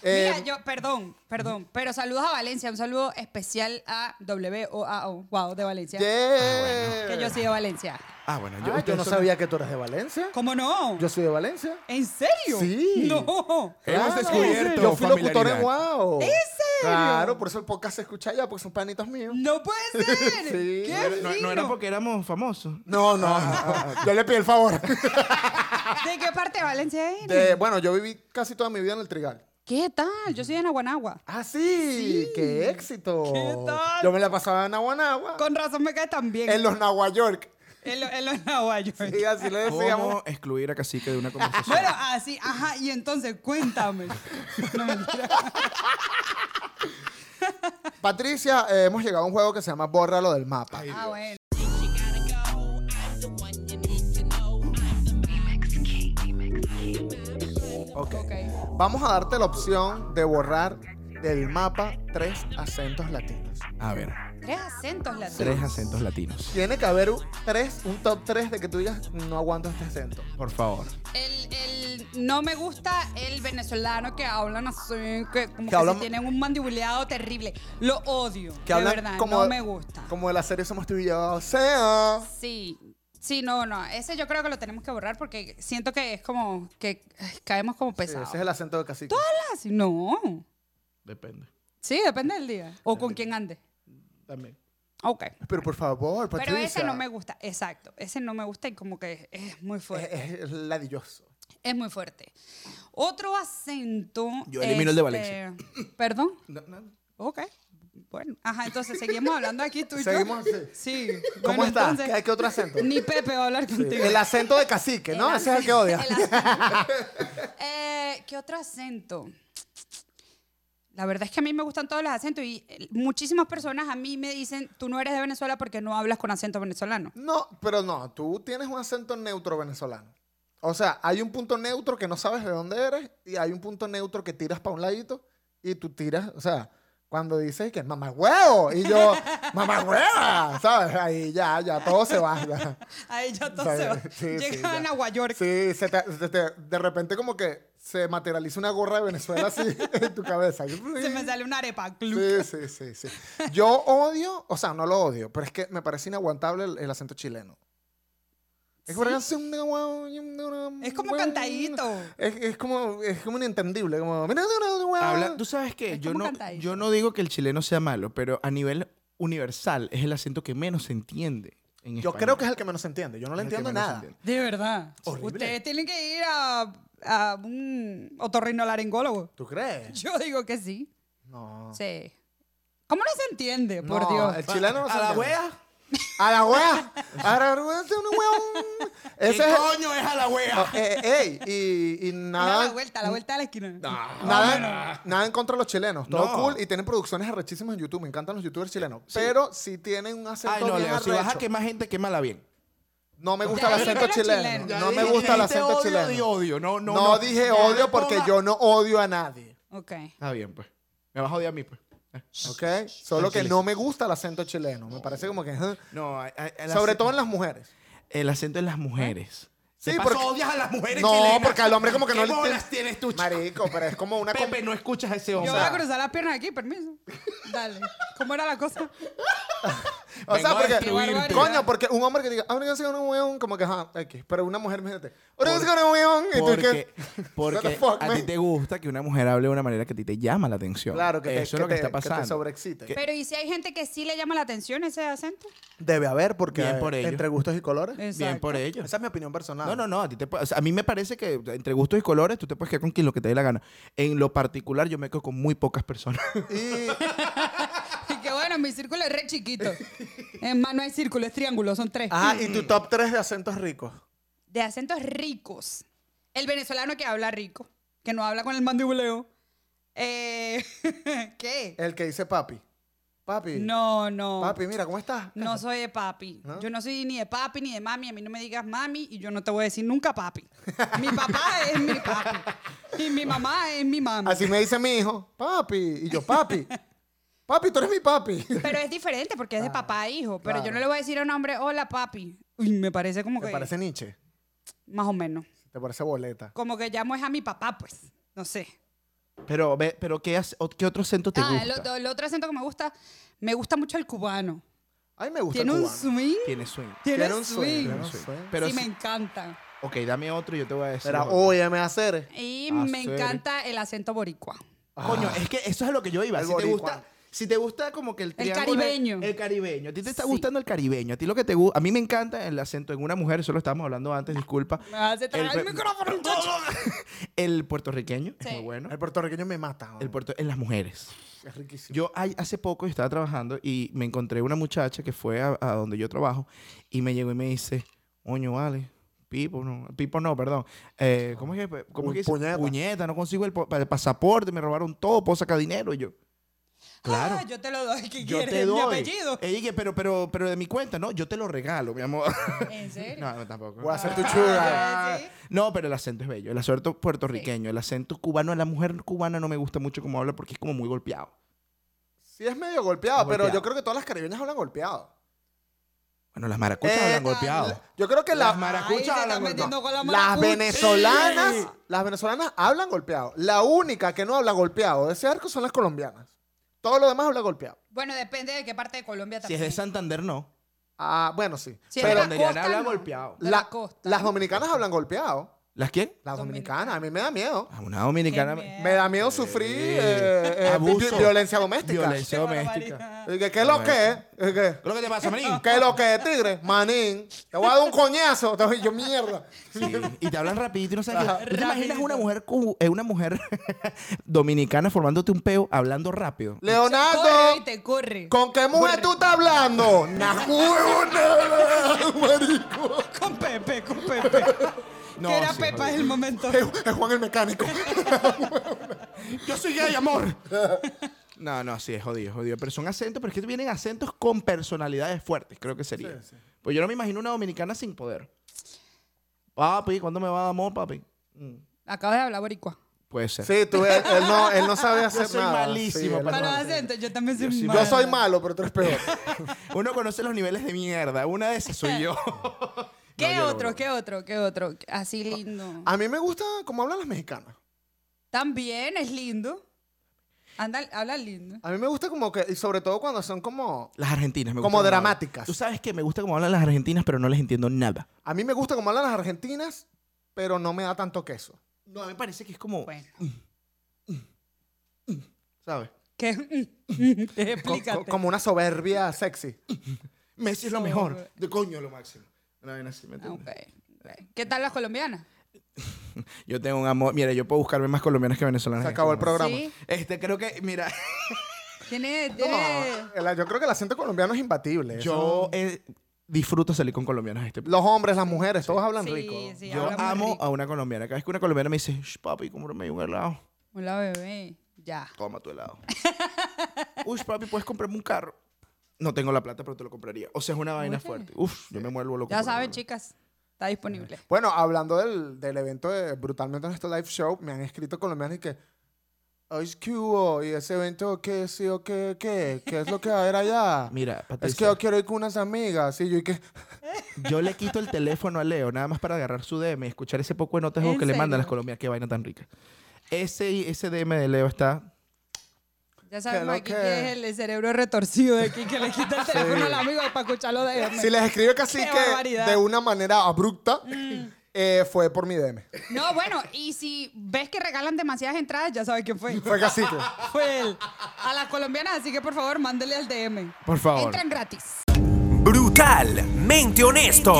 Eh, Mira, yo, perdón, perdón, pero saludos a Valencia, un saludo especial a WOAO, wow, de Valencia. yeah. Que yo soy de Valencia. Ah, bueno, Ah, yo no sabía que tú eras de Valencia. ¿Cómo no? Yo soy de Valencia. ¿En serio? Sí. No. Hemos Claro. descubierto Yo fui locutor en familiaridad. Wow. ¿En serio? Claro, por eso el podcast se escucha allá, porque son panitos míos. No puede ser. Sí. Qué No, no fino. era porque éramos famosos. No, no, no. Ah, yo le pido el favor. ¿De qué parte de Valencia eres? De- bueno, yo viví casi toda mi vida en el Trigal. ¿Qué tal? Yo soy de Naguanagua. Ah, sí, qué éxito. ¿Qué tal? Yo me la pasaba en Aguanagua, Con razón me cae tan bien. en los Nahua York. En lo- en los Naguayos. Y así le ¿Cómo decíamos. excluir a Cacique de una conversación? Bueno, así, ajá, y entonces cuéntame. No, mentira. Patricia, eh, hemos llegado a un juego que se llama Bórralo del mapa. Ah, bueno. Ok. Ok. Vamos a darte la opción de borrar del mapa tres acentos latinos. A ver, Tres acentos latinos. tres acentos latinos. Tiene que haber un, tres, un top 3 de que tú digas, no aguanto este acento. Por favor. El, el- no me gusta el venezolano que hablan así, que como que, hablan- se tienen un mandibuleado terrible. Lo odio. Que de hablan verdad, como, no me gusta. Como de la serie Somos tú y yo. O sea, Sí. Sí, no, no. Ese yo creo que lo tenemos que borrar porque siento que es como que ay, caemos como Sí, pesados. ese es el acento de cacique. Así, No. Depende. Sí, depende del día. O con quién ande. También. Ok. Pero por favor, Patricia. Pero ese no me gusta. Exacto. Ese no me gusta y como que es muy fuerte. Es, es ladilloso. Es muy fuerte. Otro acento. Yo elimino el de este, Perdón. Ok. Bueno, ajá, entonces seguimos hablando aquí tú y Seguimos, yo. sí. Sí. ¿Cómo bueno, estás? entonces, ¿Qué, qué otro acento? Ni Pepe va a hablar contigo. El acento de cacique, ¿no? El Ese es el que odia. el acento. Eh, ¿Qué otro acento? La verdad es que a mí me gustan todos los acentos y eh, muchísimas personas a mí me dicen, tú no eres de Venezuela porque no hablas con acento venezolano. No, pero no, tú tienes un acento neutro venezolano. O sea, hay un punto neutro que no sabes de dónde eres y hay un punto neutro que tiras para un ladito y tú tiras, o sea, cuando dices que mamá huevo y yo, mamá hueva, ¿sabes? Ahí ya, ya, todo se va. ya. Ahí ya todo ¿Sabes? se va. Sí, sí, Llegan ya. a Guayorca. Sí, se te- se te- de repente como que se materializa una gorra de Venezuela así en tu cabeza. Se me sale una arepa. cluc. Sí, sí, sí, sí. Yo odio, o sea, no lo odio, pero es que me parece inaguantable el, el acento chileno. Es, como- Es como cantadito. Es, es como, es como inentendible, como... Habla, tú sabes que Es yo como no, cantadito. yo no digo que el chileno sea malo, pero a nivel universal es el acento que menos se entiende. En Yo creo que es el que menos entiende, yo no le Es el que entiendo menos nada. entiende. De verdad. Horrible. Ustedes tienen que ir a, a un otorrinolaringólogo. ¿Tú crees? Yo digo que sí. No. Sí. ¿Cómo no se entiende? Por No, Dios. El chileno no se a la entiende. wea. ¡A la wea! ¡A la wea! ¡Ese es un weón! ¿Qué Ese es... coño es Ah, a la wea? Eh, ey, y, y Nada, la nada... vuelta, la vuelta a la esquina. Nada, nada en contra de los chilenos. Todo Ah, No. cool. Y tienen producciones arrechísimas en YouTube. Me encantan los youtubers chilenos. Pero si tienen un acento Ay, no, bien Leo, si vas a arrecho. quemar gente, quémala bien. No me gusta Ya el acento dijiste los chileno. chilenos. No Ya me gusta el dijiste acento odio chileno. y odio. No, no, No, no. dije Ya, odio no porque ponga- yo no odio a nadie. Ok. Está bien, pues. Me vas a odiar a mí, pues. ¿Ok? Solo que Tranquilo. no me gusta el acento chileno. Me parece como que... ¿eh? No, a- a- el Sobre acento- todo en las mujeres. El acento de las mujeres. Sí, De paso, porque- odias a las mujeres No, chilenas. porque al hombre como que ¿Qué no le bolas entiende- tienes tú, chico? Marico, pero es como una... Pepe, no escuchas a ese Yo hombre. voy a cruzar las piernas aquí, permiso. Dale. ¿Cómo era la cosa? O Vengo sea, a porque. destruirte. Coño, porque un hombre que diga, "Ah, ahora que con un weón, como que, ajá, X. Pero una mujer, fíjate, ahora que con un weón, y tú Porque, que. What the porque fuck, a man? ti te gusta que una mujer hable de una manera que a ti te llama la atención. Claro, que te, Eso es lo que, te- está pasando. te sobreexcite. Pero ¿y si hay gente que sí le llama la atención ese acento? Debe haber, porque Bien por ello. entre gustos y colores. Bien por ello. Esa es mi opinión personal. No, no, no. A, ti te puede- o sea, a mí me parece que entre gustos y colores tú te puedes quedar con quien lo que te dé la gana. En lo particular, yo me quedo con muy pocas personas. Y Y que bueno, mi círculo es re chiquito. En mano hay círculo, es triángulo, son tres. Ah, y tu top 3 de acentos ricos. De acentos ricos. El venezolano que habla rico, que no habla con el mandibuleo. Eh, ¿Qué? El que dice papi. Papi. No, no. Papi, mira, ¿cómo estás? No soy de papi. ¿No? Yo no soy ni de papi ni de mami. A mí no me digas mami y yo no te voy a decir nunca papi. Mi papá es mi papi. Y mi mamá es mi mamá. Así me dice mi hijo, papi. Y yo, papi. papi, tú eres mi papi. Pero es diferente porque es de papá a hijo. Pero yo Ah, claro. no le voy a decir a un hombre, hola papi. Uy, me parece como ¿Te que. parece Nietzsche? Más o menos. ¿Te parece boleta? Como que llamo es a mi papá, pues. No sé. Pero, ve- pero ¿qué, hace- o- qué otro acento te ah, gusta? el otro, el otro acento que me gusta, me gusta mucho el cubano. Ay, me gusta Tiene el un cubano. swing. Tiene swing. Tiene un swing. tiene un swing. swing. Pero sí, si- me encanta. Ok, dame otro y yo te voy a decir. Pero otro. óyeme hacer. Y Ah, me sí. encanta el acento boricua. Ah. Coño, es que eso es a lo que yo iba. El Si te boricua. gusta, si te gusta como que el triángulo- caribeño. El caribeño. A ti te está Sí. gustando el caribeño. A ti lo que te gusta. A mí me encanta el acento en una mujer. Eso lo estábamos hablando antes, disculpa. Me hace tragar el, pe- micrófono, muchacho. El puertorriqueño es Sí. muy bueno. El puertorriqueño me mata. El puerto, en las mujeres. es riquísimo. Yo ay, hace poco estaba trabajando y me encontré una muchacha que fue a, a donde yo trabajo y me llegó y me dice, oño, vale, Pipo, no, Pipo no, perdón. Eh, ¿Cómo es que, cómo es Pu- que dice? puñeta. Puñeta, no consigo el, po- el pasaporte, me robaron todo, puedo sacar dinero. Y yo, claro. Ah, yo te lo doy. ¿Qué yo quieres? te Mi doy. apellido. Ella dije, pero, pero, pero de mi cuenta, no, yo te lo regalo, mi amor. ¿En serio? Ah, no, no, tampoco. Voy a hacer tu chura. Sí. No, pero el acento es bello. El acento puertorriqueño, el acento cubano, la mujer cubana no me gusta mucho cómo habla porque es como muy golpeado. Sí, es medio golpeado, Está pero yo golpeado. creo que todas las caribeñas hablan golpeado. Bueno, las maracuchas Eh, hablan golpeado. Yo creo que Las las maracuchas Ahí se hablan están metiendo golpeado. con la Las maracucha. venezolanas, las venezolanas hablan golpeado. La única que no habla golpeado de ese arco son las colombianas. Todo lo demás habla golpeado. Bueno, depende de qué parte de Colombia Si es también. de Santander, no. Ah, bueno, sí. Si es de Pero la donde ya costa, habla no. golpeado. De la- la costa. las dominicanas hablan golpeado. ¿Las quién? Las dominicanas, a mí me da miedo. A una dominicana. Qué miedo. Me da miedo sufrir eh, eh, Abuso. vi- violencia doméstica. Violencia doméstica. Barbaridad. Y que, ¿Qué es lo que es? Y que, ¿Qué es lo que te pasa, Marín? ¿Qué es lo que es, tigre? Manín. Te voy a dar un coñazo. Te voy- Yo, mierda. Sí, Y te hablan rapidito y no sabes Ajá. qué. ¿Tú te imaginas Rapidito. una mujer, cu- eh, una mujer dominicana formándote un peo hablando rápido? Corre, Leonardo, te corre. ¿con qué mujer tú estás hablando? ¡Nah, huevo, nada, marico! Con Pepe, con Pepe. No, que era sí, Pepa joder. en el momento. Es es Juan el mecánico. Yo soy gay, amor. no, no, sí, es jodido, jodido. Pero son acentos, pero es que vienen acentos con personalidades fuertes, creo que sería. Pues yo no me imagino una dominicana sin poder. Papi, ¿cuándo me va a dar amor, papi? Mm, Acabas de hablar boricua. Puede ser. Sí, tú, él, él no, él no sabe hacer soy nada. malísimo Sí, él para no- Para los sí. acentos, yo también soy sí, Yo mala. soy malo, pero tú eres peor. Uno conoce los niveles de mierda. Una de esas soy yo. ¿Qué No, yo no otro? logro. ¿Qué otro? ¿Qué otro? Así Ah. lindo. A mí me gusta cómo hablan las mexicanas. También es lindo. Anda, habla lindo. A mí me gusta como que, y sobre todo cuando son como... Las argentinas. Me Como gusta cómo dramáticas. hablan. Tú sabes que me gusta cómo hablan las argentinas, pero no les entiendo nada. A mí me gusta cómo hablan las argentinas, pero no me da tanto queso. No, a mí me parece que es como... Bueno. ¿Sabes? ¿Qué? Te Co- co- explícate. como una soberbia sexy. Messi es lo mejor. De coño, lo máximo. Una vaina así, ¿me Ah, entiendes? ok, ok. ¿Qué tal las colombianas? Yo tengo un amor... Mira, yo puedo buscarme más colombianas que venezolanas. Se en acabó el este programa. Sí. momento. Este, creo que... Mira, Tiene, tiene- No, el- yo creo que el acento colombiano es imbatible. yo eh, disfruto salir con colombianas. a Este. Los hombres, las mujeres, todos hablan Sí, rico. sí, Yo habla muy amo rico. a una colombiana. Cada vez que una colombiana me dice, "Shh, papi, cómprame un helado. Hola, bebé. Ya. Toma tu helado. Uy, papi, puedes comprarme un carro. No tengo la plata, pero te lo compraría. O sea, es una vaina fuerte. Uf, yo me muero loco. Ya por saben, una- chicas. Está disponible. Bueno, hablando del, del evento de Brutalmente Honesto Live Show, me han escrito colombianos y que. "Ay, Es que hubo, y ese evento, ¿qué sí o qué? ¿Qué? ¿Qué es lo que va a haber allá? Mira, es Patricia, que yo quiero ir con unas amigas. Y yo, y que. yo le quito el teléfono a Leo nada más para agarrar su DM y escuchar ese poco de notas ¿En que le mandan serio? las colombianas. Qué vaina tan rica. Ese, ese DM de Leo está Ya Que sabemos lo aquí que- que es el cerebro retorcido de aquí que le quita el teléfono al amigo para escucharlo de él. Si les escribió casi Qué que barbaridad. Mm. de una manera abrupta, eh, fue por mi DM. No, bueno, y si ves que regalan demasiadas entradas, ya sabes quién fue. Fue cacique. Fue él. A las colombianas, así que por favor, mándele al DM. Por favor. Entran gratis. Brutalmente honesto.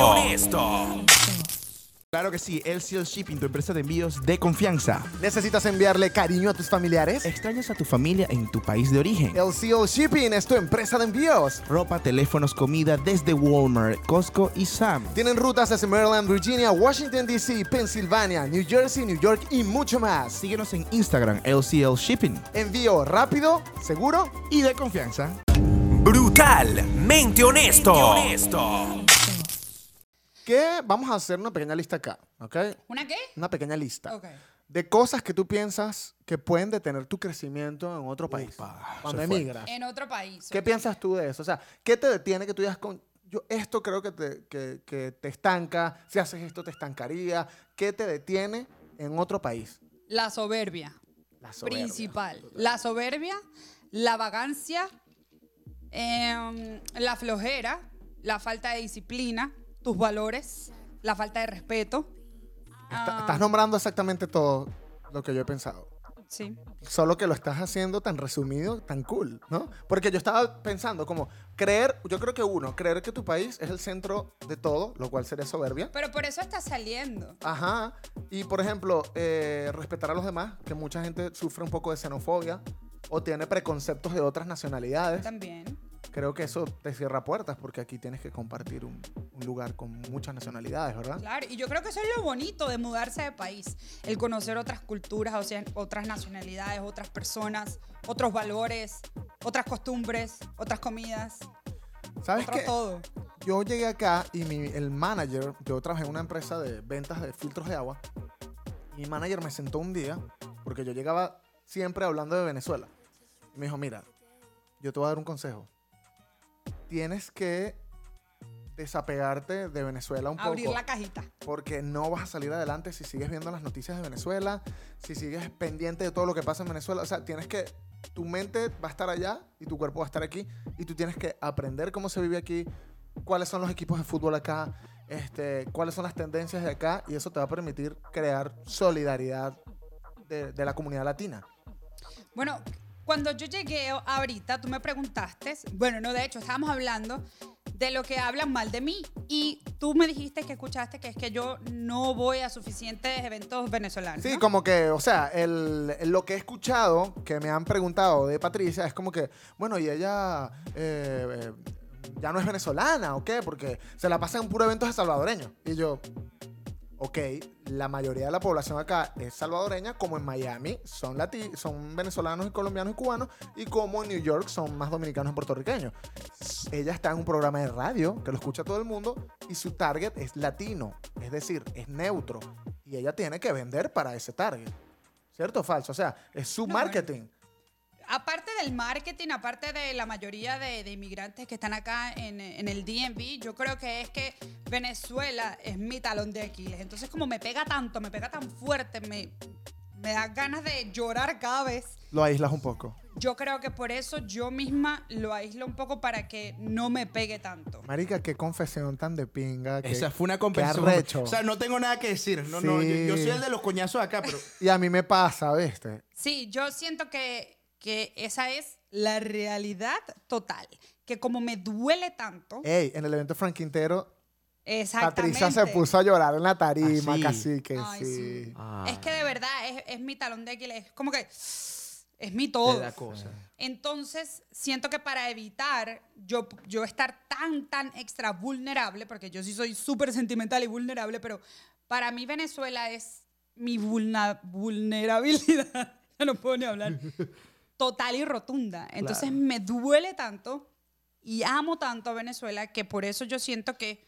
Claro que sí, LCL Shipping, tu empresa de envíos de confianza. ¿Necesitas enviarle cariño a tus familiares? Extrañas a tu familia en tu país de origen. LCO Shipping es tu empresa de envíos. Ropa, teléfonos, comida desde Walmart, Costco y Sam. Tienen rutas desde Maryland, Virginia, Washington, D.C., Pensilvania, New Jersey, New York y mucho más. Síguenos en Instagram, LCL Shipping. Envío rápido, seguro. Y de confianza. Brutalmente honesto. Que vamos a hacer una pequeña lista acá, ¿ok? ¿Una qué? Una pequeña lista. Ok. De cosas que tú piensas que pueden detener tu crecimiento en otro país. cuando emigras. En otro país. ¿Qué piensas tú de eso? O sea, ¿qué te detiene que tú digas con... Yo esto creo que te, que- que te estanca, si haces esto te estancaría. ¿Qué te detiene en otro país? La soberbia. La soberbia. Principal. La soberbia, la vagancia, em, la flojera, la falta de disciplina, tus valores, la falta de respeto. Está- estás nombrando exactamente todo lo que yo he pensado. Sí. Solo que lo estás haciendo tan resumido, tan cool, ¿no? Porque yo estaba pensando como creer, yo creo que uno, creer que tu país es el centro de todo, lo cual sería soberbia. Pero por eso está saliendo. Ajá. Y por ejemplo, eh, respetar a los demás, que mucha gente sufre un poco de xenofobia o tiene preconceptos de otras nacionalidades. También. Creo que eso te cierra puertas porque aquí tienes que compartir un, un lugar con muchas nacionalidades, ¿verdad? Claro, y yo creo que eso es lo bonito de mudarse de país, el conocer otras culturas, o sea, otras nacionalidades, otras personas, otros valores, otras costumbres, otras comidas, ¿Sabes otro qué? todo. Yo llegué acá y mi- el manager, yo trabajé en una empresa de ventas de filtros de agua. Mi manager me sentó un día, porque yo llegaba siempre hablando de Venezuela. Y me dijo, mira, yo te voy a dar un consejo. Tienes que desapegarte de Venezuela un Abrir poco. la cajita. Porque no vas a salir adelante si sigues viendo las noticias de Venezuela, si sigues pendiente de todo lo que pasa en Venezuela. O sea, tienes que. Tu mente va a estar allá y tu cuerpo va a estar aquí. Y tú tienes que aprender cómo se vive aquí, cuáles son los equipos de fútbol acá, este, cuáles son las tendencias de acá. Y eso te va a permitir crear solidaridad de, de la comunidad latina. Bueno, cuando yo llegué ahorita, tú me preguntaste, bueno, no, de hecho, estábamos hablando de lo que hablan mal de mí y tú me dijiste que escuchaste que es que yo no voy a suficientes eventos venezolanos. Sí, ¿no? como que, o sea, el, el- lo que he escuchado, que me han preguntado de Patricia, es como que, bueno, y ella eh, eh, ya no es venezolana, ¿o qué? Porque se la pasa en puro eventos de salvadoreños. Y yo, ok, la mayoría de la población acá es salvadoreña, como en Miami son, lati- son venezolanos y colombianos y cubanos, y como en New York son más dominicanos y puertorriqueños. Ella está en un programa de radio que lo escucha todo el mundo y su target es latino, es decir, es neutro. Y ella tiene que vender para ese target. ¿Cierto o falso? O sea, es su No, marketing. Aparte del marketing, aparte de la mayoría de, de inmigrantes que están acá en, en el DMV, yo creo que es que Venezuela es mi talón de Aquiles. Entonces, como me pega tanto, me pega tan fuerte, me, me da ganas de llorar cada vez. Lo aíslas un poco. Yo creo que por eso yo misma lo aíslo un poco para que no me pegue tanto. Marica, qué confesión tan de pinga. qué- Esa fue una qué compensación. arrecho. O sea, no tengo nada que decir. No, no, Sí. yo, yo soy el de los coñazos acá, pero. Y a mí me pasa, ¿viste? Sí, yo siento que, que esa es la realidad total. Que como me duele tanto, Ey, en el evento Frank Quintero exactamente. Patricia se puso a llorar en la tarima, Ah, sí. casi que Ay, sí. sí. Es que de verdad es, es mi talón de Aquiles. Es como que es mi todo. Entonces, siento que para evitar yo, yo estar tan, tan extra vulnerable, porque yo sí soy súper sentimental y vulnerable, pero para mí Venezuela es mi vulna- vulnerabilidad. Ya no puedo ni hablar. Total y rotunda. Entonces, me duele tanto y amo tanto a Venezuela que por eso yo siento que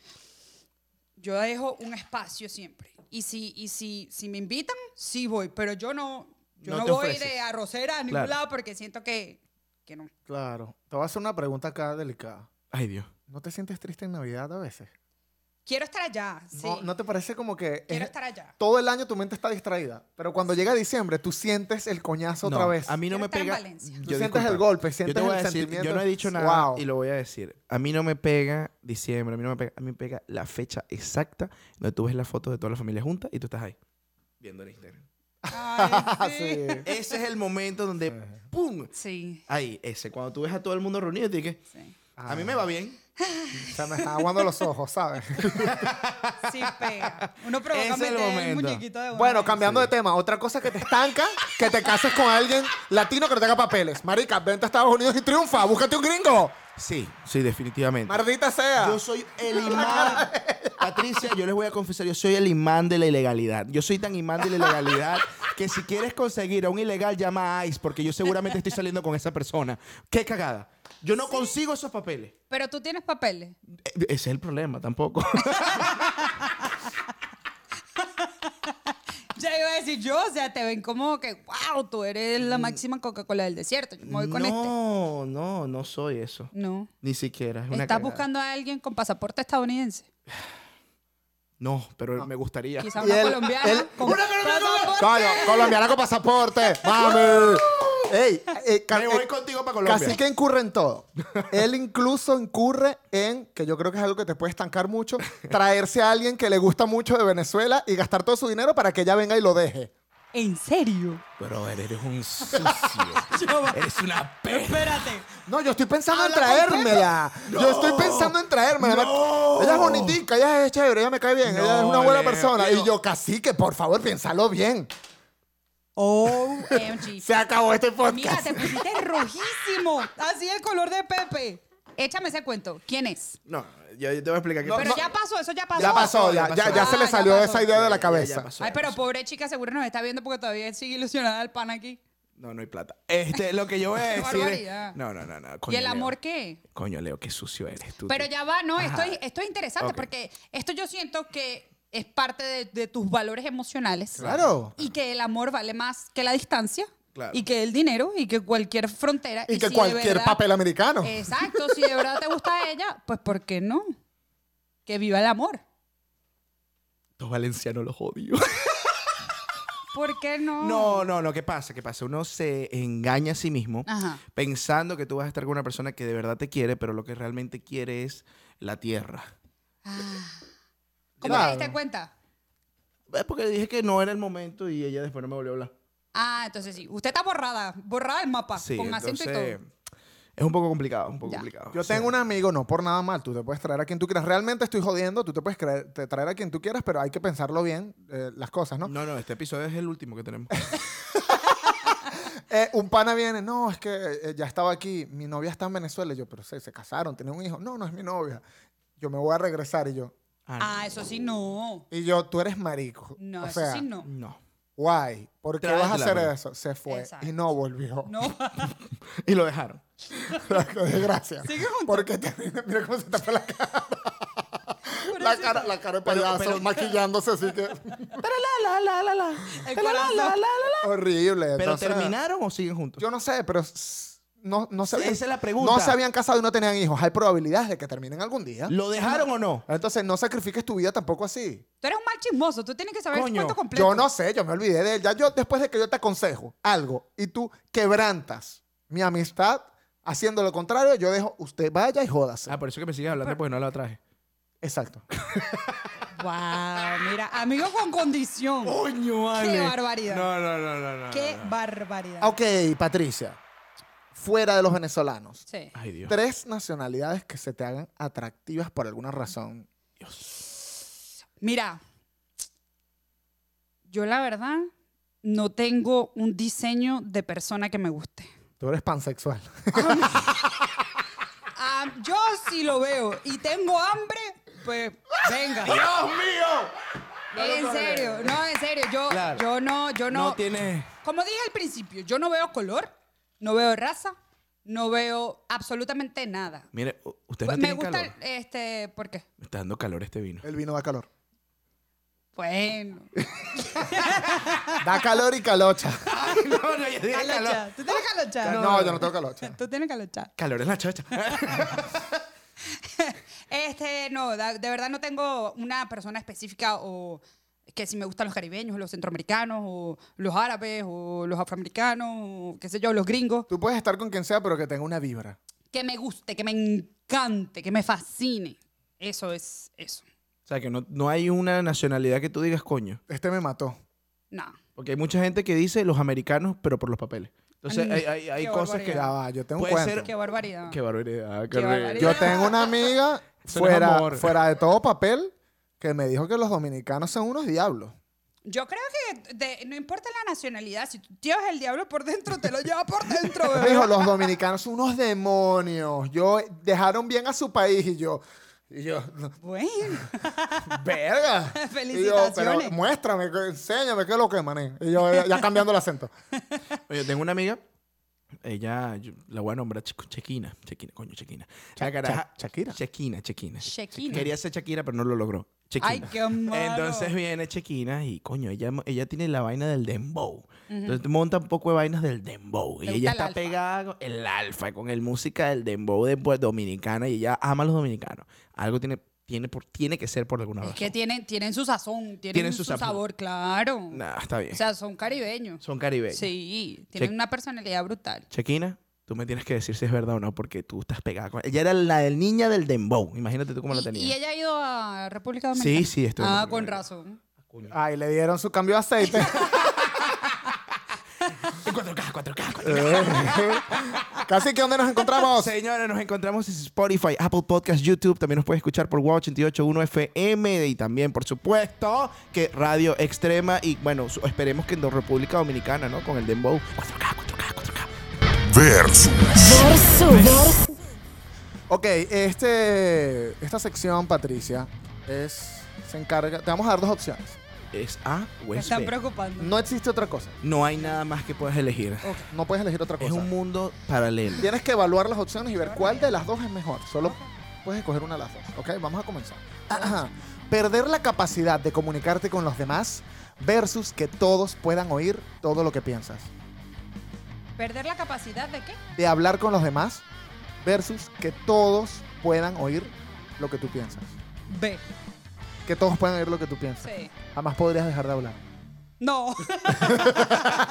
yo dejo un espacio siempre. Y si, y si, si me invitan, sí voy, pero yo no, yo No no, te voy ofreces. de arrocera a ningún Claro. lado porque siento que, que no. Claro. Te voy a hacer una pregunta acá delicada. Ay, Dios. ¿No te sientes triste en Navidad a veces? Quiero estar allá. Sí. No, ¿no te parece como que... Quiero estar allá. Todo el año tu mente está distraída, pero cuando llega diciembre tú sientes el coñazo otra No, vez. A mí no Quiero me estar en pega. Valencia. Tú sientes el golpe, sientes yo te el voy a decir, sentimiento. Yo no he dicho nada Wow. y lo voy a decir. A mí no me pega diciembre, a mí no me pega. A mí me pega la fecha exacta donde tú ves las fotos de toda la familia junta y tú estás ahí viendo el Instagram. Ay, sí. Sí. Ese es el momento donde ¡pum! Sí, Ahí, ese. Cuando tú ves a todo el mundo reunido, te dices, sí. a mí me va bien. Se me está aguando los ojos, ¿sabes? Sí pega. Uno provoca Ese es el meter el, momento. muñequito de Bueno, Bonnie. cambiando de tema, otra cosa que te estanca, que te cases con alguien latino que no tenga papeles. Marica, vente a Estados Unidos y triunfa, búscate un gringo. Sí, sí, definitivamente. Mardita sea. Yo soy el imán. Patricia, yo les voy a confesar, yo soy el imán de la ilegalidad. Yo soy tan imán de la ilegalidad que si quieres conseguir a un ilegal, llama a ICE, porque yo seguramente estoy saliendo con esa persona. ¡Qué cagada! Yo no consigo esos papeles. Pero tú tienes papeles. E- Ese es el problema, tampoco. Ya iba a decir yo, o sea, te ven como que, wow, tú eres la Mm. máxima Coca-Cola del desierto. Yo me voy con este. no, no, no soy eso. No. Ni siquiera. Es una Estás cagada. buscando a alguien con pasaporte estadounidense. No, pero me gustaría. Quizá Y una él- colombiana. él- con pasaporte. Coño, colombiana con pasaporte. Mami. Ey, eh, ca- Me voy eh, contigo para Colombia. Casi que incurre en todo. Él incluso incurre en, que yo creo que es algo que te puede estancar mucho, traerse a alguien que le gusta mucho de Venezuela y gastar todo su dinero para que ella venga y lo deje. ¿En serio? Pero eres un sucio. eres una perra. Espérate. No, yo estoy pensando en Habla con traérmela. Yo estoy pensando en traérmela. No. Ella es bonitica, ella es chévere, ella me cae bien, ella es una buena Leo, persona. Leo. Y yo, cacique, por favor, piénsalo bien. OMG. Se acabó este Mira, podcast. te pusiste rojísimo. Así el color de Pepe. Échame ese cuento. ¿Quién es? No, yo, yo te voy a explicar qué Pero pasó. ya pasó, eso ya pasó. Ya pasó, ya, ya, ya Ah, se le ya salió pasó. esa idea de Ya, la ya cabeza. pasó, Ay, ya pero pasó. pobre chica, seguro nos está viendo porque todavía sigue ilusionada el pan aquí. No, no hay plata. Este, lo que yo voy a Qué decir. es- barbaridad. No, no, no, no. ¿Y coño, el Leo. amor qué? Coño, Leo, qué sucio eres tú. Pero tío. ya va, no, esto Ajá. es, esto es interesante Ok. porque esto yo siento que es parte de, de tus valores emocionales. Claro. Y que el amor vale más que la distancia. Claro. Y que el dinero y que cualquier frontera. Y que si de cualquier verdad- papel americano. Exacto, si de verdad te gusta ella, pues ¿por qué no? Que viva el amor. Estos valencianos los odio. ¿Por qué no? No, no, no. ¿Qué pasa? ¿Qué pasa? Uno se engaña a sí mismo Ajá. pensando que tú vas a estar con una persona que de verdad te quiere, pero lo que realmente quiere es la tierra. ¿Cómo Claro. te diste cuenta? Es porque dije que no era el momento y ella después no me volvió a hablar. Ah, entonces sí. Usted está borrada, borrada del mapa, Sí, Ah, con acento y entonces. todo. Es un poco complicado, un poco Ya. complicado. Yo O sea, tengo un amigo, no por nada mal, tú te puedes traer a quien tú quieras. Realmente estoy jodiendo, tú te puedes creer- te traer a quien tú quieras, pero hay que pensarlo bien eh, las cosas, ¿no? No, no, este episodio es el último que tenemos. Eh, un pana viene, no, es que eh, ya estaba aquí, mi novia está en Venezuela. Y yo, pero se, se casaron, tienen un hijo. No, no es mi novia. Yo me voy a regresar y yo, Ah, eso sí no. y yo, tú eres marico. No, o eso sea, sí no. No. guay, ¿por qué vas a hacer Tráetela, eso? Se fue Exacto. y no volvió. No. Y lo dejaron. Desgracia. Sigue junto. Porque te, mira cómo se tapa la cara. La cara, la cara de Pero- payaso, pero- maquillándose así que la, la, la, la. El corazón. horrible. Pero Entonces, terminaron o siguen juntos. Yo no sé, pero s- no, no se Sí, habían- esa es la pregunta. No se habían casado y no tenían hijos. Hay probabilidades de que terminen algún día. ¿Lo dejaron o no? Entonces no sacrifiques tu vida tampoco así. Tú eres un mal chismoso, tú tienes que saber Coño, el cuento completo. Yo no sé, yo me olvidé de él. Ya yo, después de que yo te aconsejo algo y tú quebrantas mi amistad haciendo lo contrario, yo dejo, usted vaya y jódase. Ah, por eso que me sigues hablando porque no la traje. Exacto. Wow, mira, amigo con condición. ¡Coño, Ale! barbaridad. No, no, no, no. Qué barbaridad. Ok, Patricia. Fuera de los venezolanos. Sí. Ay, Dios. Tres nacionalidades que se te hagan atractivas por alguna razón. Mira, yo la verdad no tengo un diseño de persona que me guste. Tú eres pansexual. Ah, yo sí lo veo y tengo hambre, pues venga. ¡Dios mío! en serio, no, en serio, yo, Claro. yo no, yo no. No tiene- Como dije al principio, yo no veo color, no veo raza, no veo absolutamente nada. Mire, u- ustedes no me tienen gusta, calor. este, ¿por qué? Me está dando calor este vino. El vino da calor. Bueno. Da calor y calocha. Ah, no, no, yo dije Calocha. ¿Tú tienes calocha? No, yo no tengo calocha. Tú tienes calocha. Calor en la chocha. Este, no, da- de verdad no tengo una persona específica o que si me gustan los caribeños, los centroamericanos, o los árabes, o los afroamericanos, o qué sé yo, los gringos. Tú puedes estar con quien sea, pero que tenga una vibra. Que me guste, que me encante, que me fascine. Eso es eso. O sea, que no, no hay una nacionalidad que tú digas coño. Este me mató. No. Porque hay mucha gente que dice los americanos, pero por los papeles. Entonces, Ay, hay, hay- hay qué cosas que... Ya barbaridad. va, yo tengo un Puede cuento. ser- Qué barbaridad. Qué barbaridad, qué, Qué horrible. barbaridad. Yo tengo una amiga Eso no es fuera, amor. fuera de todo papel que me dijo que los dominicanos son unos diablos. Yo creo que de- no importa la nacionalidad, si tú llevas el diablo por dentro, te lo lleva por dentro, Me bebé. dijo, los dominicanos son unos demonios. Yo dejaron bien a su país y yo. Y yo, no, Bueno. verga. Y yo, pero Felicitaciones. muéstrame, que- enséñame qué es lo que mané. Y yo ya ya cambiando el acento. Oye, tengo una amiga, ella, yo la voy a nombrar Ch- Chequina, Chequina, coño, Chequina. La caraja- Cha- Shakira. Chequina, Chequina. Shakina. Quería ser Shakira, pero no lo logró. Chequina. Ay, qué malo. Entonces viene Chequina y, coño, ella, ella tiene la vaina del dembow. Entonces monta un poco de vainas del dembow. Y Le ella gusta está el alfa. pegada con el alfa, con el música del dembow de, pues, dominicana y ella ama a los dominicanos. Algo tiene, tiene, por, tiene que ser por alguna Es razón. que tienen, tienen su sazón, tienen, Tienen su su, sabor. sabor, claro. Nah, está bien. O sea, son caribeños. Son caribeños. Sí, tienen Che- una personalidad brutal. Chequina, tú me tienes que decir si es verdad o no, porque tú estás pegada con... Ella era la del niña del dembow. Imagínate tú cómo la Y, y tenías. ella ha ido a República Sí, Dominicana. sí, estuvo en Ah, República con Dominicana. razón. Ay, le dieron su cambio de aceite. 4K, 4K, 4K. Eh, Casi que donde nos encontramos. Señores, nos encontramos en Spotify, Apple Podcast, YouTube. También nos puedes escuchar por Wow 881 FM y también, por supuesto, que Radio Extrema y bueno, su- esperemos que en República Dominicana, ¿no? Con el Dembow. 4K, 4K, 4K. Versus. Versus. Ok, este, esta sección, Patricia, es, se encarga. Te vamos a dar dos opciones. Es A o Me es están B. preocupando. No existe otra cosa. No hay nada más que puedas elegir. No puedes elegir otra cosa. Es un mundo paralelo. Tienes que evaluar las opciones y ver cuál de las dos es mejor. Solo puedes escoger una de las dos. Ok, vamos a comenzar. Ajá. Perder la capacidad de comunicarte con los demás versus que todos puedan oír todo lo que piensas. ¿Perder la capacidad de qué? De hablar con los demás versus que todos puedan oír lo que tú piensas. B. Que todos puedan oír lo que tú piensas. Sí. Jamás podrías dejar de hablar. No.